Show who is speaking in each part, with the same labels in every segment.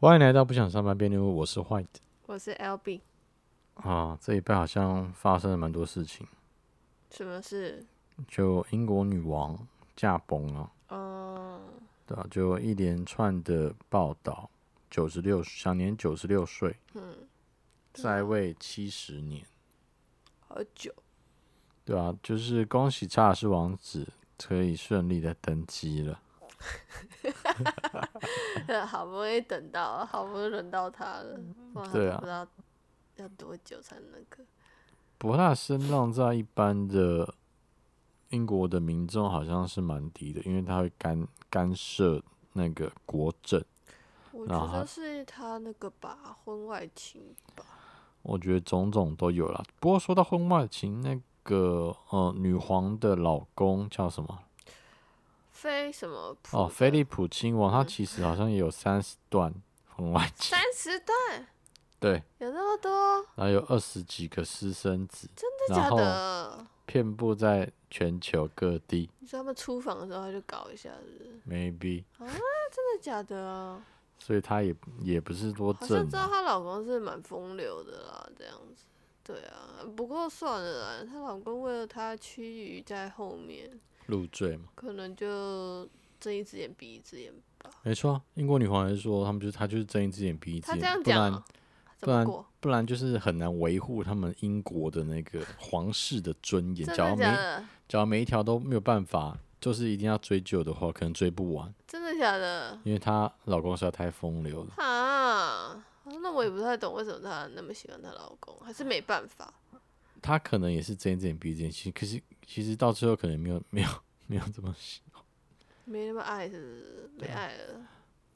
Speaker 1: 欢迎来到不想上班便利屋，我是 White
Speaker 2: 我是 L B，
Speaker 1: 啊。这一拜好像发生了蛮多事情，
Speaker 2: 什么是？
Speaker 1: 就英国女王驾崩了，
Speaker 2: 嗯，
Speaker 1: 对吧、啊就一连串的报道，九十六享年九十六岁，嗯，在位七十年，
Speaker 2: 好久，
Speaker 1: 对啊，就是恭喜查尔斯王子可以顺利的登基了。
Speaker 2: 好不容易等到了，好不容易轮到他了，哇，
Speaker 1: 对啊
Speaker 2: 不知道要多久才那个。
Speaker 1: 博纳声浪在一般的英国的民众好像是蛮低的，因为他会干干涉那个国政。
Speaker 2: 我
Speaker 1: 然后
Speaker 2: 觉
Speaker 1: 他
Speaker 2: 得是他那个吧，婚外情吧，
Speaker 1: 我觉得种种都有啦。不过说到婚外情，那个呃，女皇的老公叫什么？
Speaker 2: 非什么普
Speaker 1: 哦，
Speaker 2: 的
Speaker 1: 菲利普亲王，他其实好像也有三十段婚外情，
Speaker 2: 三十段
Speaker 1: 对，
Speaker 2: 有那么多，
Speaker 1: 然后有二十几个私生子，
Speaker 2: 真的
Speaker 1: 然
Speaker 2: 假
Speaker 1: 后
Speaker 2: 的？
Speaker 1: 遍布在全球各地
Speaker 2: 你说他们出访的时候他就搞一下是不是
Speaker 1: ，maybe，
Speaker 2: 真的假的啊？
Speaker 1: 所以他也也不是多
Speaker 2: 好像
Speaker 1: 正
Speaker 2: 知道
Speaker 1: 啊、
Speaker 2: 她老公是蛮风流的啦，这样子。对啊，不过算了啦，她老公为了她趋于在后面，
Speaker 1: 入赘嘛。
Speaker 2: 可能就睁一只眼闭一只眼吧。
Speaker 1: 没错，啊英国女皇也是说，他们就是他就是睁一只眼闭一只
Speaker 2: 她这样
Speaker 1: 眼，不
Speaker 2: 讲
Speaker 1: 然
Speaker 2: 啊、
Speaker 1: 不
Speaker 2: 怎么
Speaker 1: 然
Speaker 2: 过？
Speaker 1: 不然就是很难维护他们英国的那个皇室的尊严。
Speaker 2: 真
Speaker 1: 假
Speaker 2: 的
Speaker 1: 如没
Speaker 2: 假的？
Speaker 1: 假如每一条都没有办法，就是一定要追究的话，可能追不完，
Speaker 2: 真的假的？
Speaker 1: 因为她老公实在太风流了。
Speaker 2: 哈、啊，那我也不太懂为什么她那么喜欢她老公，还是没办法。
Speaker 1: 她可能也是睁一只眼闭一只眼，其实可是其实到最后可能没有 没有没有这么喜
Speaker 2: 没那么爱是不是？没
Speaker 1: 啊
Speaker 2: 爱了，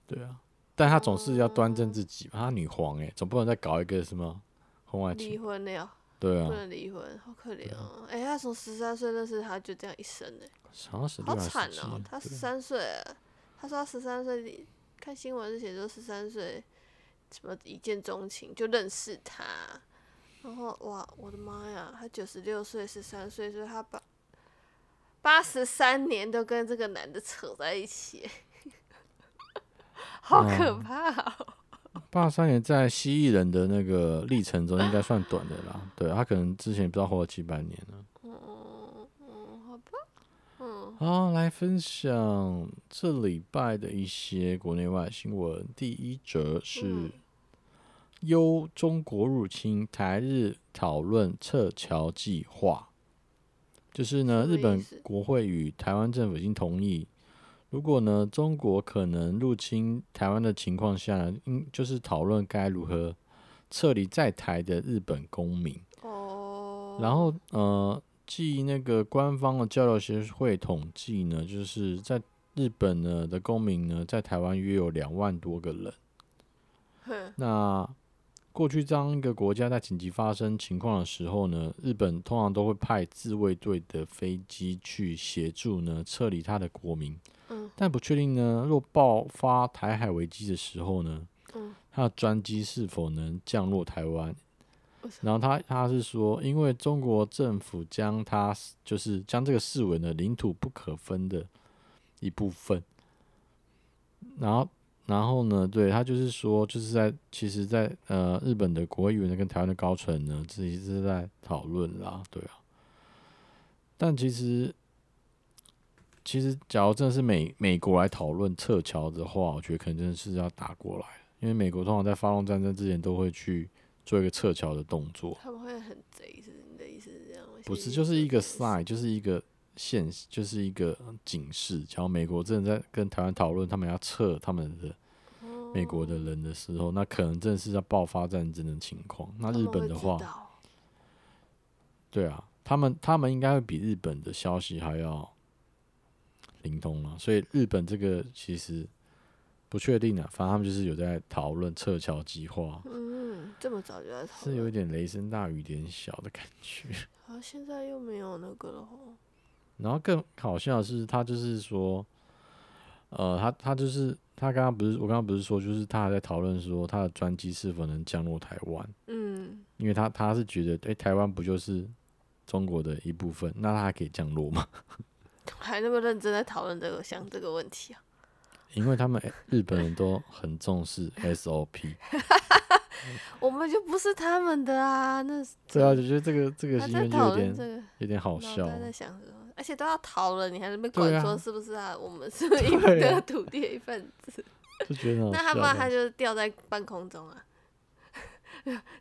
Speaker 1: 对啊，但她总是要端正自己嘛，她女皇哎、总不能再搞一个什么婚外
Speaker 2: 离
Speaker 1: 情，
Speaker 2: 婚了呀，
Speaker 1: 对
Speaker 2: 不
Speaker 1: 啊，
Speaker 2: 能离婚，好可怜哦。哎、她从十三岁认识他，就这样一生呢、
Speaker 1: 好像十
Speaker 2: 好
Speaker 1: 六还是
Speaker 2: 惨
Speaker 1: 十七
Speaker 2: 哦、
Speaker 1: 啊，
Speaker 2: 他
Speaker 1: 对
Speaker 2: 十三岁了，他说他十三岁，看新闻是写说十三岁什么一见钟情就认识他，然后哇，我的妈呀，他九十六岁，十三岁，所以他八八十三年都跟这个男的扯在一起， 好可
Speaker 1: 嗯
Speaker 2: 怕哦、
Speaker 1: 八三年在蜥蜴人的那个历程中应该算短的啦，对她可能之前也不知道活了几百年了。
Speaker 2: 嗯嗯，好吧，
Speaker 1: 好，来分享这礼拜的一些国内外新闻。第一则是
Speaker 2: 嗯
Speaker 1: 忧中国入侵，台日讨论撤侨计划。就是呢，
Speaker 2: 什么
Speaker 1: 日本
Speaker 2: 意思
Speaker 1: 国会与台湾政府已经同意，如果呢中国可能入侵台湾的情况下呢，应就是讨论该如何撤离在台的日本公民。
Speaker 2: 哦，
Speaker 1: 然后呃，据那个官方的交流协会统计呢，就是在日本呢的公民呢，在台湾约有两万多个人。
Speaker 2: 哼，
Speaker 1: 那过去当一个国家在紧急发生情况的时候呢，日本通常都会派自卫队的飞机去协助呢撤离他的国民。
Speaker 2: 嗯
Speaker 1: 但不确定呢，若爆发台海危机的时候呢，
Speaker 2: 嗯，
Speaker 1: 他的专机是否能降落台湾
Speaker 2: 为什？
Speaker 1: 然后他他是说，因为中国政府将它就是将这个视为呢领土不可分的一部分。然后然后呢，对他就是说，就是在其实在，呃日本的国会议员跟台湾的高层呢，自己是在讨论啦，对啊。但其实其实，假如真的是美美国来讨论撤侨的话，我觉得可能真的是要打过来，因为美国通常在发动战争之前都会去做一个撤侨的动作，
Speaker 2: 他们会很贼，是你的意思是这样吗？
Speaker 1: 不是
Speaker 2: 心里
Speaker 1: 就是一个
Speaker 2: 有点
Speaker 1: sign，就是一个现，就是一个警示。假如美国真的在跟台湾讨论他们要撤他们的
Speaker 2: 哦
Speaker 1: 美国的人的时候，那可能正是要爆发战争的情况。那
Speaker 2: 他
Speaker 1: 日
Speaker 2: 们
Speaker 1: 本
Speaker 2: 会
Speaker 1: 的
Speaker 2: 知
Speaker 1: 话，
Speaker 2: 道
Speaker 1: 对啊，他们他们应该会比日本的消息还要灵通了，所以日本这个其实不确定啊，反正他们就是有在讨论撤侨计划，
Speaker 2: 嗯，这么早就在讨
Speaker 1: 是有
Speaker 2: 论，
Speaker 1: 一点雷声大雨点小的感觉。
Speaker 2: 然后啊现在又没有那个了吼。
Speaker 1: 然后更好笑的是，他就是说，呃，他他就是他刚刚不是我刚刚不是说，就是他还在讨论说他的专机是否能降落台湾，
Speaker 2: 嗯，
Speaker 1: 因为他他是觉得，诶、台湾不就是中国的一部分，那他还可以降落吗？
Speaker 2: 还那么认真在讨论这个像这个问题啊？
Speaker 1: 因为他们日本人都很重视 SOP。
Speaker 2: 我们就不是他们的啊，那是
Speaker 1: 对啊，我觉得这个这个
Speaker 2: 还
Speaker 1: 新
Speaker 2: 在
Speaker 1: 闻就
Speaker 2: 讨
Speaker 1: 有
Speaker 2: 论
Speaker 1: 点
Speaker 2: 这个，
Speaker 1: 有点好
Speaker 2: 脑
Speaker 1: 笑。哦
Speaker 2: 袋在想什么，而且都要逃了，你还在那边管
Speaker 1: 对
Speaker 2: 说
Speaker 1: 啊
Speaker 2: 是不是啊？我们是不是英
Speaker 1: 对啊
Speaker 2: 德土地的一份子？
Speaker 1: 就觉得很好
Speaker 2: 那他
Speaker 1: 笑哦
Speaker 2: 妈
Speaker 1: 这
Speaker 2: 他
Speaker 1: 样
Speaker 2: 就吊在半空中啊，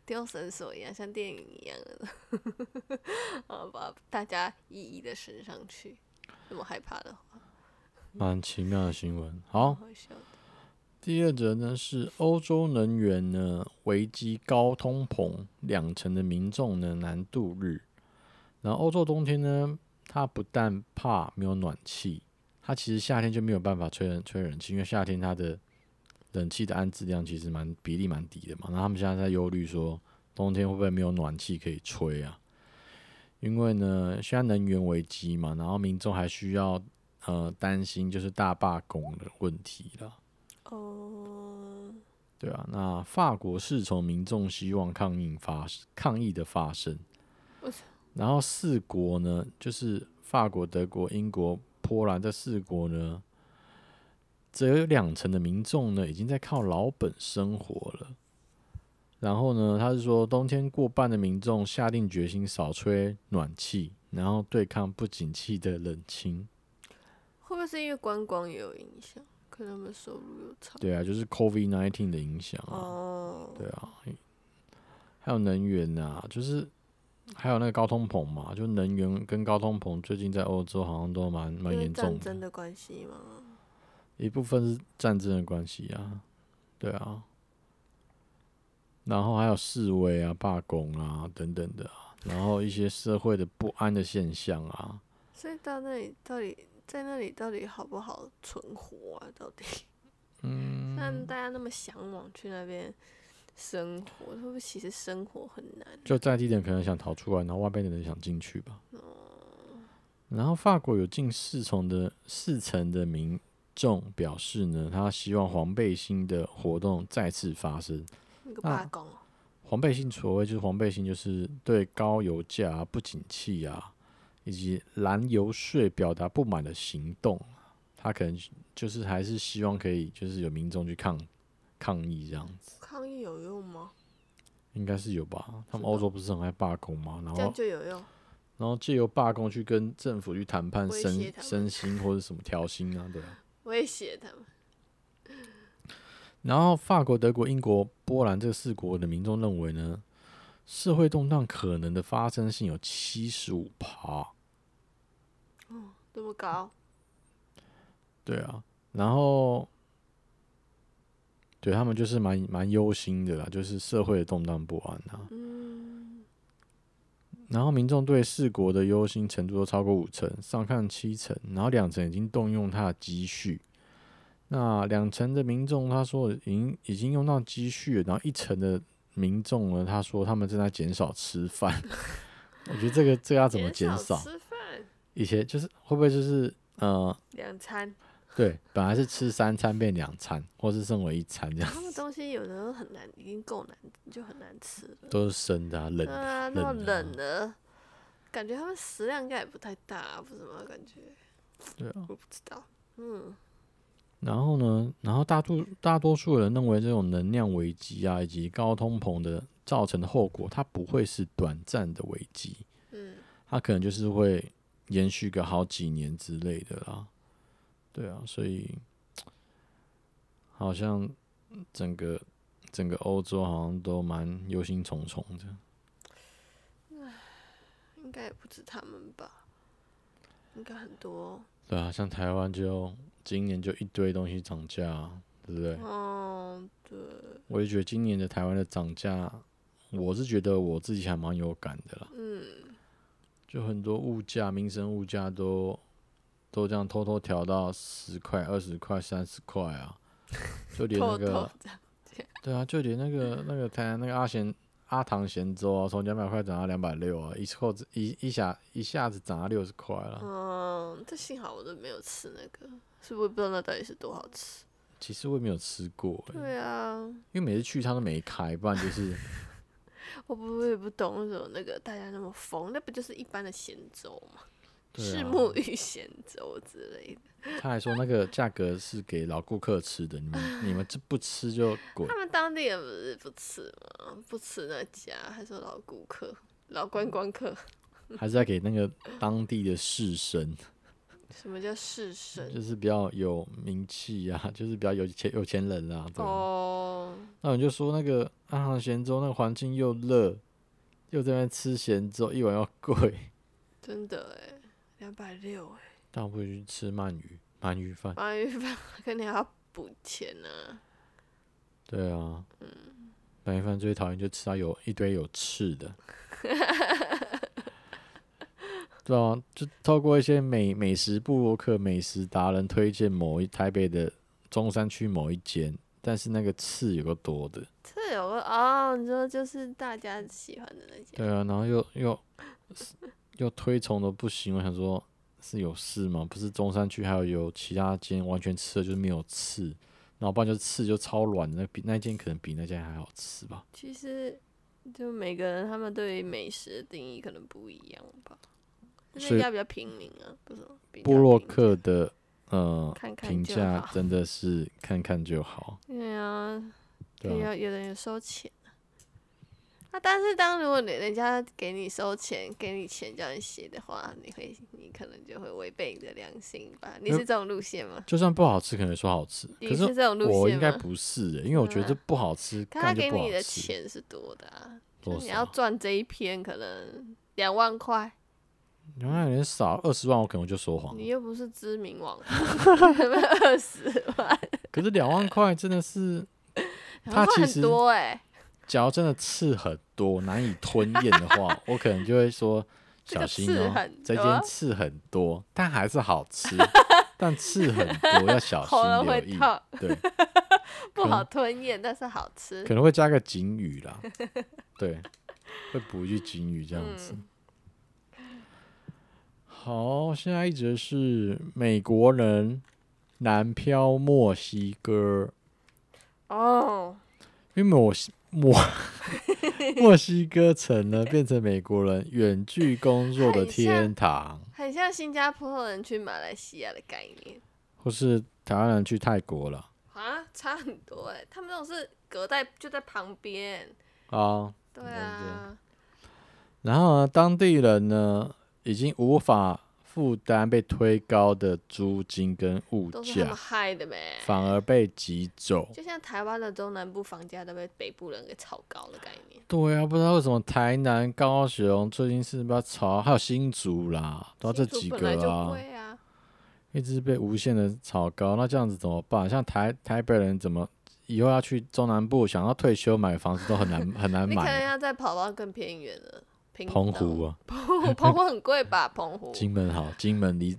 Speaker 2: 丢绳索一样，像电影一样的， 啊，把大家一一的升上去。那么害怕的话，
Speaker 1: 蛮奇妙的新闻。
Speaker 2: 蛮
Speaker 1: 好，
Speaker 2: 好笑的。
Speaker 1: 第二则呢是欧洲能源呢危机高通膨，两成的民众呢难度日。然后欧洲冬天呢，它不但怕没有暖气，它其实夏天就没有办法吹冷吹冷气，因为夏天它的冷气的安置量其实蛮比例蛮低的嘛。那他们现在在忧虑说，冬天会不会没有暖气可以吹啊？因为呢，现在能源危机嘛，然后民众还需要呃担心就是大罢工的问题啦。
Speaker 2: 哦，
Speaker 1: 对啊，那法国是从民众希望抗议发抗议的发生
Speaker 2: 为什，
Speaker 1: 然后四国呢，就是法国、德国、英国、波兰这四国呢，只有两成的民众呢已经在靠老本生活了。然后呢，他是说冬天过半的民众下定决心少吹暖气，然后对抗不景气的冷清。
Speaker 2: 会不会是因为观光也有影响？可能他们收入有差。
Speaker 1: 对啊，就是 COVID nineteen 的影响啊。
Speaker 2: 哦，
Speaker 1: 对啊，还有能源呐、就是还有那个高通膨嘛，就能源跟高通膨最近在欧洲好像都蛮蛮
Speaker 2: 因为
Speaker 1: 严重
Speaker 2: 战
Speaker 1: 的
Speaker 2: 争，的关系吗？
Speaker 1: 一部分是战争的关系啊，对啊，然后还有示威啊、罢工啊等等的啊，然后一些社会的不安的现象啊，
Speaker 2: 所以到那里到底在那里到底好不好存活啊？到底？
Speaker 1: 嗯，
Speaker 2: 但大家那么向往去那边生活，会不会其实生活很难？
Speaker 1: 就在地人可能想逃出来，然后外边的人想进去吧。
Speaker 2: 哦，
Speaker 1: 然后法国有近四成的四成的民众表示呢，他希望黄背心的活动再次发生。
Speaker 2: 那个
Speaker 1: 啊
Speaker 2: 罢工哦，
Speaker 1: 黄背心所谓就是黄背心，就是对高油价、啊、不景气啊，以及燃油税表达不满的行动。他可能就是还是希望可以，就是有民众去抗抗议这样子，
Speaker 2: 抗议有用吗？
Speaker 1: 应该是有吧？他们
Speaker 2: 是的
Speaker 1: 欧洲不是很爱罢工吗？然
Speaker 2: 这样
Speaker 1: 后
Speaker 2: 就有用？
Speaker 1: 然后借由罢工去跟政府去谈判
Speaker 2: 威胁
Speaker 1: 升
Speaker 2: 他们
Speaker 1: 升薪或者什么调薪啊，对啊。
Speaker 2: 威胁他们，
Speaker 1: 然后，法国、德国、英国、波兰这四国的民众认为呢，社会动荡可能的发生性有七十五趴。
Speaker 2: 哦这么
Speaker 1: 哦
Speaker 2: 高，
Speaker 1: 对啊，然后对他们就是蛮蛮忧心的啦，就是社会的动荡不安啊。
Speaker 2: 嗯，
Speaker 1: 然后民众对四国的忧心程度都超过五成，上看七成，然后两成已经动用他的积蓄。那两成的民众他说已经已经用到积蓄了，然后一成的民众呢，他说他们正在减少吃饭。 我觉得这个这个要怎么减少？
Speaker 2: 吃饭
Speaker 1: 以前就是会不会就是呃，
Speaker 2: 两餐？
Speaker 1: 对，本来是吃三餐变两餐，或是剩为一餐这样，
Speaker 2: 他们东西有的都很难，已经够难，就很难吃了。
Speaker 1: 都是生的、啊、冷
Speaker 2: 对
Speaker 1: 的
Speaker 2: 啊，那么
Speaker 1: 冷的啊
Speaker 2: 冷的，感觉他们食量应该也不太大，不怎么感觉。
Speaker 1: 对啊。
Speaker 2: 我不知道，嗯，
Speaker 1: 然后呢，然后大多大多数人认为这种能量危机啊，以及高通膨的造成的后果，它不会是短暂的危机，
Speaker 2: 嗯，
Speaker 1: 它可能就是会延续个好几年之类的啦。对啊，所以好像整个整个欧洲好像都蛮忧心忡忡的。
Speaker 2: 应该也不止他们吧，应该很多。
Speaker 1: 对啊，像台湾就今年就一堆东西涨价啊，对不对？
Speaker 2: 嗯，对，
Speaker 1: 我也觉得今年的台湾的涨价，我是觉得我自己还蛮有感的啦。
Speaker 2: 嗯，
Speaker 1: 就很多物价、民生物价都都这样偷偷调到十块、二十块、三十块啊，就连那
Speaker 2: 偷
Speaker 1: 个
Speaker 2: 偷这样，
Speaker 1: 对啊，就连那个那个台南那个阿贤阿唐咸粥啊，从两百块涨到两百六啊，一扣子一一下一下子涨到六十块了。
Speaker 2: 嗯，这幸好我都没有吃那个，是我也不知道那到底是多好吃。
Speaker 1: 其实我也没有吃过、欸，
Speaker 2: 对啊，
Speaker 1: 因为每次去他都没开，不然就是。
Speaker 2: 我不我也不懂为什么那个大家那么疯，那不就是一般的咸粥吗？
Speaker 1: 对
Speaker 2: 拭
Speaker 1: 啊
Speaker 2: 目以闲粥之类的。
Speaker 1: 他还说那个价格是给老顾客吃的，你们你们这不吃就滚
Speaker 2: 他。们当地人不是不吃吗？不吃那家，还说老顾客、老观光客。
Speaker 1: 还是要给那个当地的士绅，
Speaker 2: 什么叫士绅？
Speaker 1: 就是比较有名气啊， 就是比较有钱有钱人啊，对。
Speaker 2: 哦，
Speaker 1: 那我就说那个安行咸粥，那个环境又热，又在那边吃咸粥，一碗要贵，
Speaker 2: 真的哎，两百六哎，
Speaker 1: 但我不如去吃鳗鱼鳗鱼饭。
Speaker 2: 鳗鱼饭肯定还要补钱呢、啊。
Speaker 1: 对啊，鳗鱼饭最讨厌就吃到有一堆有刺的。对啊，就透过一些美美食部落客、美食达人推荐某一台北的中山区某一间，但是那个刺有个多的。
Speaker 2: 这有个哦，你说就是大家喜欢的那家，
Speaker 1: 对啊，然后又又又推崇的不行，我想说是有事吗？不是中山区还有有其他间完全吃的就是没有刺，然后不然就是刺就超软的，那比那间可能比那间还好吃吧。
Speaker 2: 其实就每个人他们对于美食的定义可能不一样吧。
Speaker 1: 所
Speaker 2: 那
Speaker 1: 以
Speaker 2: 家比较平民啊，不是吗比较
Speaker 1: 布洛
Speaker 2: 平
Speaker 1: 克的呃
Speaker 2: 看看
Speaker 1: 评
Speaker 2: 就
Speaker 1: 价
Speaker 2: 好
Speaker 1: 真的是看看就好，
Speaker 2: 对啊，可以
Speaker 1: 对啊，
Speaker 2: 要有人有收钱啊。啊，但是当如果你人家给你收钱，给你钱叫你写的话，你会你可能就会违背你的良心吧？你
Speaker 1: 呃
Speaker 2: 是这种路线吗？
Speaker 1: 就算不好吃，可能说好吃，
Speaker 2: 你
Speaker 1: 可
Speaker 2: 是这种路
Speaker 1: 我应
Speaker 2: 线
Speaker 1: 该
Speaker 2: 吗？
Speaker 1: 不是、欸，因为我觉得这不好吃，
Speaker 2: 可他
Speaker 1: 干就
Speaker 2: 给
Speaker 1: 不好
Speaker 2: 你的
Speaker 1: 吃。
Speaker 2: 钱是多的啊，就
Speaker 1: 多
Speaker 2: 你要
Speaker 1: 少？
Speaker 2: 赚这一篇可能两万块，
Speaker 1: 原来有点少，二十万我可能就说谎了
Speaker 2: 你。又不是知名 网红，有没有二十万？
Speaker 1: 可是两万块真的是
Speaker 2: 两
Speaker 1: 他
Speaker 2: 万
Speaker 1: 其
Speaker 2: 很
Speaker 1: 实
Speaker 2: 多哎、
Speaker 1: 假如真的刺很多，难以吞咽的 话，我可能就会说
Speaker 2: 这
Speaker 1: 小
Speaker 2: 个
Speaker 1: 心
Speaker 2: 刺
Speaker 1: 哦、
Speaker 2: 很
Speaker 1: 这
Speaker 2: 多
Speaker 1: 间刺很多，但还是好 吃，但刺很多要小心
Speaker 2: 喉咙会
Speaker 1: 留意。
Speaker 2: 痛，
Speaker 1: 对，
Speaker 2: 不
Speaker 1: 可能
Speaker 2: 好吞咽，但是好吃
Speaker 1: 可。能会加个警语啦， 对，会补一句警语这样子。好，现在一直是美国人南漂墨西哥。
Speaker 2: 哦，
Speaker 1: 因为墨西墨 墨西哥城呢，变成美国人远距工作的天 堂，
Speaker 2: 很像新加坡人去马来西亚的概念
Speaker 1: 或是台湾人去泰国了
Speaker 2: 啊，差很多哎、他们那种是隔在就在旁边，
Speaker 1: 啊。
Speaker 2: 对
Speaker 1: 了解
Speaker 2: 啊，
Speaker 1: 然后呢，当地人呢已经无法负担被推高的租金跟物
Speaker 2: 都是他们
Speaker 1: 价，
Speaker 2: 害的呗。
Speaker 1: 反而被挤走。
Speaker 2: 就像台湾的中南部房价都被北部人给炒高的概念，
Speaker 1: 对啊，不知道为什么台南、高雄最近是不要吵，还有新竹啦，都这
Speaker 2: 新竹
Speaker 1: 几
Speaker 2: 本来
Speaker 1: 个
Speaker 2: 就
Speaker 1: 啊。
Speaker 2: 贵啊，
Speaker 1: 一直被无限的炒高，那这样子怎么办？像台台北人怎么以后要去中南部，想要退休买房子都很难 很难
Speaker 2: 你可能
Speaker 1: 买啊。
Speaker 2: 要再跑到更偏远了。屏
Speaker 1: 澎湖啊，
Speaker 2: 东， 澎湖很贵吧？澎湖
Speaker 1: 金门好，金门离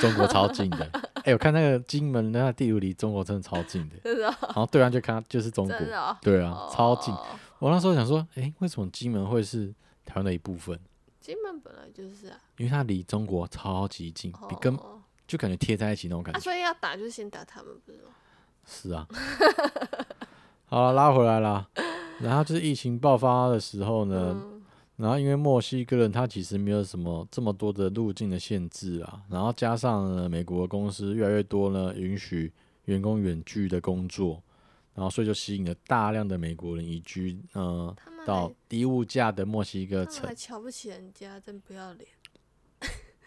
Speaker 1: 中国超近 的。哎、我看那个金门那个地图离中国真的超近的，
Speaker 2: 真的哦
Speaker 1: 然后对岸就看就是中国，
Speaker 2: 真的哦，
Speaker 1: 对啊
Speaker 2: 哦，
Speaker 1: 超近。我那时候想说，哎、为什么金门会是台湾的一部分？
Speaker 2: 金门本来就是啊，
Speaker 1: 因为它离中国超级近，比跟
Speaker 2: 哦，
Speaker 1: 就感觉贴在一起那种感
Speaker 2: 啊，
Speaker 1: 觉。
Speaker 2: 所以要打就先打他们，不是吗？
Speaker 1: 是啊， 好了，拉回来啦。然后就是疫情爆发的时候呢，
Speaker 2: 嗯，
Speaker 1: 然后因为墨西哥人他其实没有什么这么多的路径的限制啊，然后加上呢，美国公司越来越多呢允许员工远距的工作，然后所以就吸引了大量的美国人移居，呃，
Speaker 2: 他们还
Speaker 1: 到低物价的墨西哥
Speaker 2: 他们
Speaker 1: 城
Speaker 2: 还，啊瞧不起人家，真不要脸，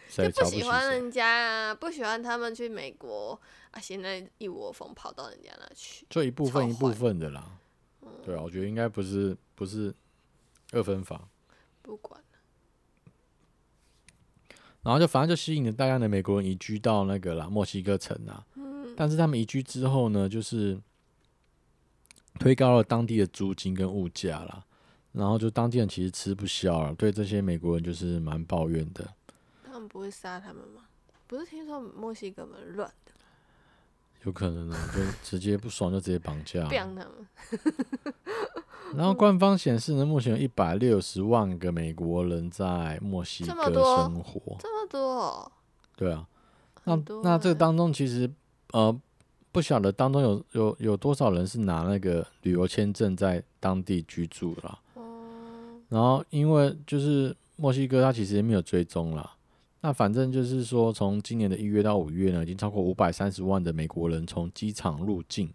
Speaker 1: 谁瞧
Speaker 2: 就
Speaker 1: 不起
Speaker 2: 喜欢
Speaker 1: 谁？
Speaker 2: 人家啊，不喜欢他们去美国啊，现在一窝蜂跑到人家那去，
Speaker 1: 就一部
Speaker 2: 超
Speaker 1: 分一部
Speaker 2: 坏嗯
Speaker 1: 分的啦，对啊，我觉得应该不是不是二分法，
Speaker 2: 不管
Speaker 1: 然后就反正就吸引了大量的美国人移居到那个啦墨西哥城啊。
Speaker 2: 嗯
Speaker 1: 但是他们移居之后呢，就是推高了当地的租金跟物价啦，然后就当地人其实吃不消了，对这些美国人就是蛮抱怨的。
Speaker 2: 他们不会杀他们吗？不是听说墨西哥们乱的，
Speaker 1: 有可能啊，就直接不爽就直接绑架。
Speaker 2: 彪他们，
Speaker 1: 然
Speaker 2: 嗯
Speaker 1: 后官方显示呢，目前有一百六十万个美国人在墨西
Speaker 2: 这么
Speaker 1: 哥
Speaker 2: 多
Speaker 1: 生活。
Speaker 2: 这么多哦、
Speaker 1: 对啊，那
Speaker 2: 很多
Speaker 1: 那这
Speaker 2: 欸
Speaker 1: 当中其实呃，不晓得当中有有有多少人是拿那个旅游签证在当地居住啦。
Speaker 2: 哦，
Speaker 1: 然后因为就是墨西哥，它其实也没有追踪啦，那反正就是说，从今年的一月到五月呢，已经超过五百三十万的美国人从机场入境，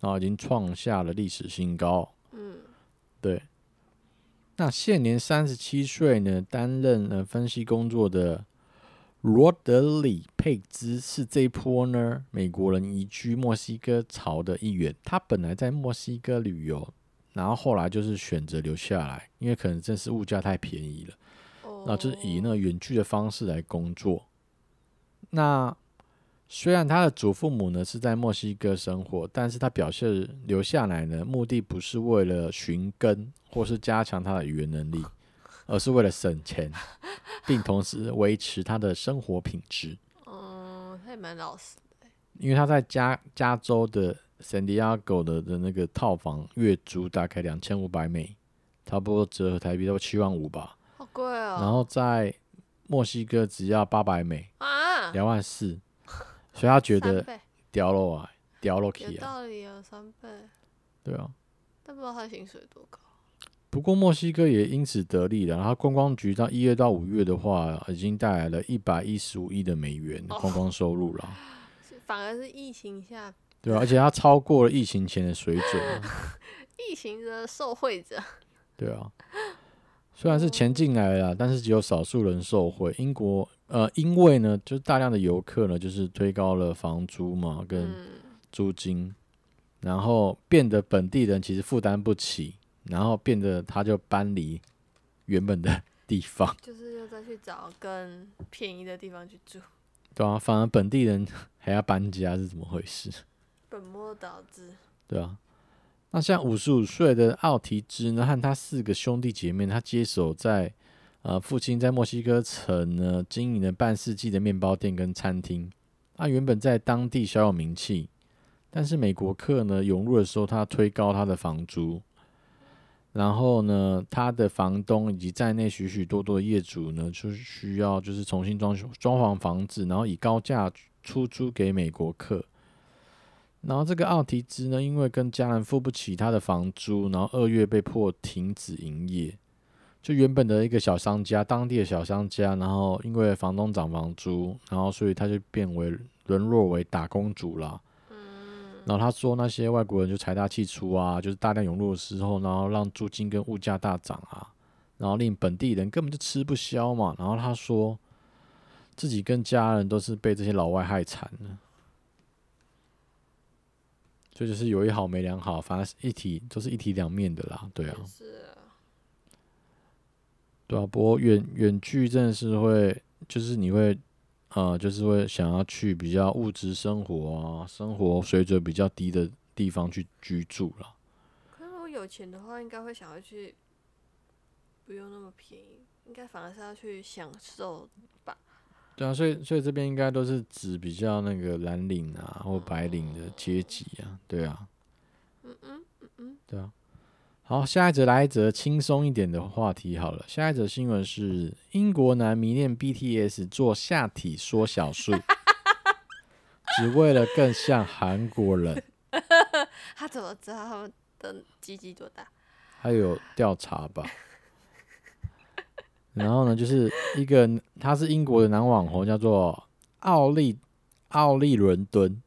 Speaker 1: 然后已经创下了历史新高。
Speaker 2: 嗯，
Speaker 1: 对，那现年三十七岁呢，担任呃分析工作的罗德里佩兹是这一波呢美国人移居墨西哥潮的一员。他本来在墨西哥旅游，然后后来就是选择留下来，因为可能真是物价太便宜了。
Speaker 2: 哦，
Speaker 1: 那就是以那个远距的方式来工作。那虽然他的祖父母呢是在墨西哥生活，但是他表示留下来呢，目的不是为了寻根或是加强他的语言能力，而是为了省钱，并同时维持他的生活品质。
Speaker 2: 嗯，他也蛮老实的，
Speaker 1: 因为他在加加州的 San Diego 的的那个套房月租大概两千五百美，差不多折合台币都七万五吧。
Speaker 2: 好贵哦。
Speaker 1: 然后在墨西哥只要八百美，
Speaker 2: 啊，
Speaker 1: 两万四，所以他觉
Speaker 2: 三
Speaker 1: 得
Speaker 2: 倍
Speaker 1: 屌了啊，屌了
Speaker 2: 有
Speaker 1: k 啊，
Speaker 2: 道理啊，三倍，
Speaker 1: 对啊。
Speaker 2: 但不知道他的薪水多高。不
Speaker 1: 不过墨西哥也因此得利了，然后观光局到一月到五月的话，已经带来了一百一十五亿的美元
Speaker 2: 哦
Speaker 1: 的观光收入了，
Speaker 2: 是反而是疫情下，
Speaker 1: 对啊，而且它超过了疫情前的水准啊，
Speaker 2: 疫情的受惠者，
Speaker 1: 对啊。虽然是钱进来了，但是只有少数人受惠。英国呃，因为呢，就是大量的游客呢，就是推高了房租嘛，跟
Speaker 2: 嗯，
Speaker 1: 租金，然后变得本地人其实负担不起，然后变得他就搬离原本的地方，
Speaker 2: 就是要再去找更便宜的地方去住，
Speaker 1: 对啊，反而本地人还要搬家是怎么回事？
Speaker 2: 本末倒置。
Speaker 1: 对啊，那像五十五岁的奥提兹呢，和他四个兄弟姐妹，他接手在呃父亲在墨西哥城呢经营了半世纪的面包店跟餐厅。他原本在当地小有名气，但是美国客呢涌入的时候，他推高他的房租。然后呢，他的房东以及在内许许多多的业主呢，就是需要就是重新装修装潢房子，然后以高价出租给美国客。然后这个奥提兹呢，因为跟家人付不起他的房租，然后二月被迫停止营业。就原本的一个小商家，当地的小商家，然后因为房东涨房租，然后所以他就变为沦落为打工族啦。然后他说那些外国人就财大气粗啊，就是大量涌入的时候，然后让租金跟物价大涨啊，然后令本地人根本就吃不消嘛。然后他说自己跟家人都是被这些老外害惨了，所以就是有一好没两好，反正是一体都、是一体两面的啦，对啊。
Speaker 2: 是啊，
Speaker 1: 对啊，不过远远距真的是会，就是你会，呃，就是会想要去比较物质生活啊，生活水准比较低的地方去居住啦。
Speaker 2: 可是如果有钱的话，应该会想要去，不用那么便宜，应该反而是要去享受。
Speaker 1: 对啊，所以所以这边应该都是指比较那个蓝领啊或白领的阶级啊，对啊，
Speaker 2: 嗯嗯嗯嗯，
Speaker 1: 对啊。好，下一则来一则轻松一点的话题好了。下一则新闻是英国男迷恋 BTS 做下体缩小 术，只为了更像韩国人。
Speaker 2: 他怎么知道他们的鸡鸡多大？
Speaker 1: 还有调查吧。然后呢，就是一个他是英国的男网红，叫做奥利奥利伦敦。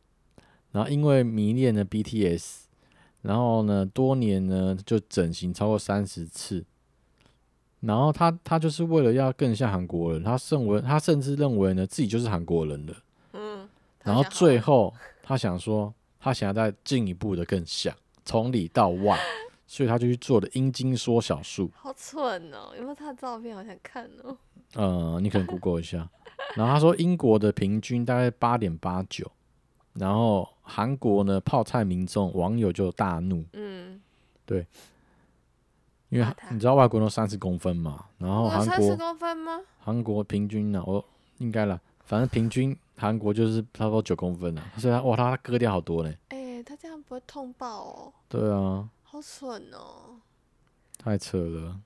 Speaker 1: 然后因为迷恋了 BTS，然后呢，多年呢就整形超过三十次。然后他他就是为了要更像韩国人，他认为他甚至认为呢自己就是韩国人了。
Speaker 2: 嗯，他
Speaker 1: 然后
Speaker 2: 想好
Speaker 1: 最后他想说，他想要再进一步的更像，从里到外，所以他就去做了阴茎缩小术。
Speaker 2: 好蠢哦！有没有他的照片？好想看哦。
Speaker 1: 呃，你可能 Google 一下。然后他说，英国的平均大概八点八九，然后韩国呢泡菜民众网友就大怒，
Speaker 2: 嗯，
Speaker 1: 因为
Speaker 2: 骂
Speaker 1: 韩
Speaker 2: 他
Speaker 1: 你知道外国人都三十公分嘛，然后
Speaker 2: 有
Speaker 1: 韩
Speaker 2: 三十
Speaker 1: 国
Speaker 2: 公分吗？
Speaker 1: 韩国平均呢、我应该啦，反正平均韩国就是差不多九公分了，啊所以他哇，他割掉好多嘞。
Speaker 2: 哎、他这样不会痛爆哦，
Speaker 1: 对啊，
Speaker 2: 好蠢哦，
Speaker 1: 太扯了。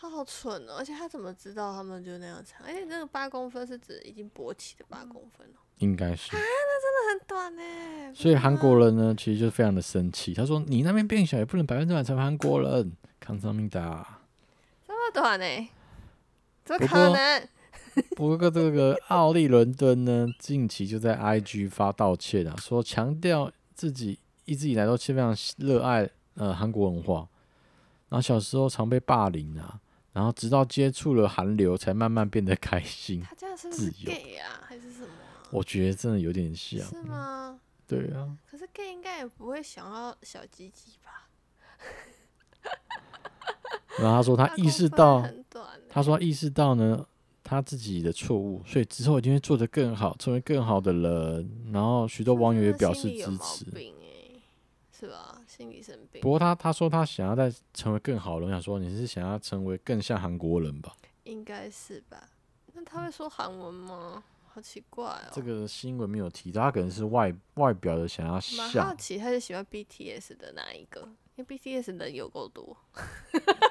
Speaker 2: 他好蠢哦！而且他怎么知道他们就那样长？而且那个八公分是指已经勃起的八公分哦，
Speaker 1: 应该是，
Speaker 2: 很短呢。
Speaker 1: 所以韩国人呢，其实就非常的生气。他说：“你那边变小也不能百分之百成为韩国人，康桑明达。
Speaker 2: 这么短呢？怎
Speaker 1: 不
Speaker 2: 么
Speaker 1: 过
Speaker 2: 可能？”
Speaker 1: 不过这个奥利伦敦呢，近期就在 IG 发道歉啊，说强调自己一直以来都是非常热爱呃韩国文化，然后小时候常被霸凌啊，然后直到接触了韩流才慢慢变得开心。
Speaker 2: 他家是不
Speaker 1: 自
Speaker 2: 是
Speaker 1: 由嗯
Speaker 2: gay 啊，还是什么啊、
Speaker 1: 我觉得真的有点像，
Speaker 2: 是吗？
Speaker 1: 对啊，
Speaker 2: 可是 gay 应该也不会想要小鸡鸡吧？
Speaker 1: 然后他说他
Speaker 2: 大
Speaker 1: 意
Speaker 2: 公
Speaker 1: 识
Speaker 2: 分
Speaker 1: 到，
Speaker 2: 很短欸、
Speaker 1: 他说他意识到呢他自己的错误，所以之后一定会做得更好，成为更好的人。然后许多
Speaker 2: 他
Speaker 1: 网友
Speaker 2: 真
Speaker 1: 也
Speaker 2: 的
Speaker 1: 表
Speaker 2: 心
Speaker 1: 示
Speaker 2: 里有
Speaker 1: 支
Speaker 2: 毛
Speaker 1: 持。
Speaker 2: 病欸是吧？心理生病
Speaker 1: 不，过他他说他想要再成为更好的人，我想说你是想要成为更像韩国人吧？
Speaker 2: 应该是吧？那他会说韩文吗？好奇怪哦。
Speaker 1: 这个新闻没有提到，他可能是外外表的想要
Speaker 2: 蛮好
Speaker 1: 像。
Speaker 2: 奇，他是喜欢 BTS 的哪一个？因为 BTS 人有够多，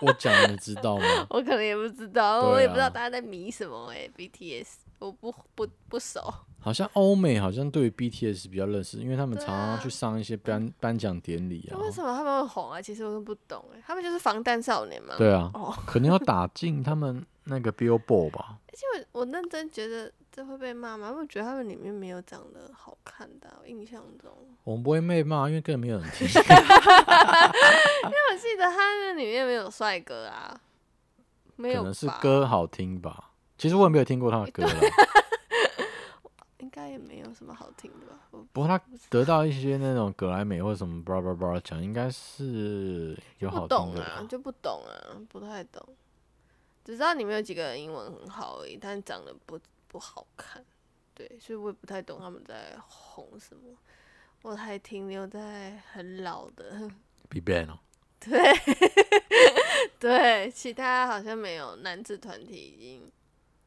Speaker 1: 我讲了你知道 吗？
Speaker 2: 我可能也不知道，
Speaker 1: 对
Speaker 2: 我也不知
Speaker 1: 啊
Speaker 2: 道大家在迷什么哎、BTS 我不不不熟，
Speaker 1: 好像欧美好像对于 BTS 比较认识，因为他们
Speaker 2: 对
Speaker 1: 常
Speaker 2: 啊
Speaker 1: 常去上一些颁颁奖典礼
Speaker 2: 那
Speaker 1: 啊。
Speaker 2: 为什么他们会红啊？其实我都不懂哎、他们就是防弹少年嘛。
Speaker 1: 对啊，
Speaker 2: 哦，
Speaker 1: 可能要打进他们那个 Billboard 吧。
Speaker 2: 而且我我认真觉得这会被骂吗？因为我觉得他们里面没有长得好看的啊、我印象中，
Speaker 1: 我们不会被骂，因为根本没有人听。
Speaker 2: 因为我记得他们里面没有帅哥啊，没
Speaker 1: 可
Speaker 2: 有
Speaker 1: 能是
Speaker 2: 吧
Speaker 1: 歌好听吧。其实我也没有听过他的歌啦，
Speaker 2: 应该也没有什么好听的吧？我
Speaker 1: 不过他得到一些那种格莱美或什么 blah blah blah 奖，应该是有好
Speaker 2: 不
Speaker 1: 听
Speaker 2: 懂
Speaker 1: 的
Speaker 2: 啊
Speaker 1: 吧，。
Speaker 2: 就不懂啊，不太懂。只知道里面有几个人英文很好而已，但长得不不好看，对，所以我也不太懂他们在红什么。我还停留在很老的，
Speaker 1: Big Bang 哦，
Speaker 2: 对，对，其他好像没有，男子团体已经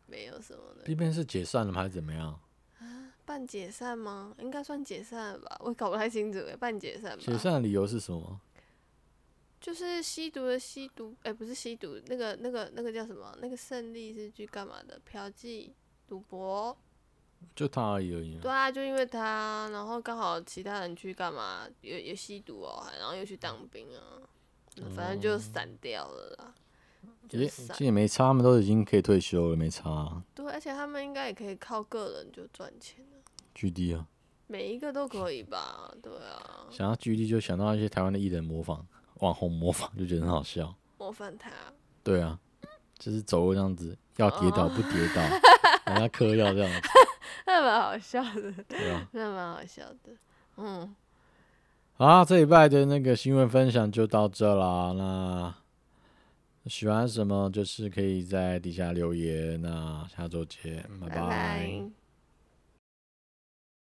Speaker 2: 没有什么了。
Speaker 1: Big Bang 是解散了吗？还是怎么样？
Speaker 2: 半解散吗？应该算解散了吧，我也搞不太清楚诶，半解散吧。
Speaker 1: 解散的理由是什么？
Speaker 2: 就是吸毒的吸毒，哎、不是吸毒，那个那个那个叫什么？那个胜利是去干嘛的？嫖妓、赌博。
Speaker 1: 就他而已而已啊。
Speaker 2: 对啊，就因为他，然后刚好其他人去干嘛？也也吸毒哦，然后又去当兵啊，反正就散掉了啦。就
Speaker 1: 也
Speaker 2: 散
Speaker 1: 哦其实也没差，他们都已经可以退休了，没差啊。
Speaker 2: 对，而且他们应该也可以靠个人就赚钱了
Speaker 1: GD 啊，
Speaker 2: 每一个都可以吧？对啊，
Speaker 1: 想到 GD 就想到一些台湾的艺人模仿网红模仿，就觉得很好笑。
Speaker 2: 模仿他。
Speaker 1: 对啊，就是走路这样子，要跌倒不跌 倒，人家嗑药这样子。
Speaker 2: 那蛮好笑的，
Speaker 1: 对啊。
Speaker 2: 那蛮好笑的，嗯，
Speaker 1: 好啦，这礼拜的那个新闻分享就到这啦。那喜啊欢什么，就是可以在底下留言。那下周见，拜
Speaker 2: 拜拜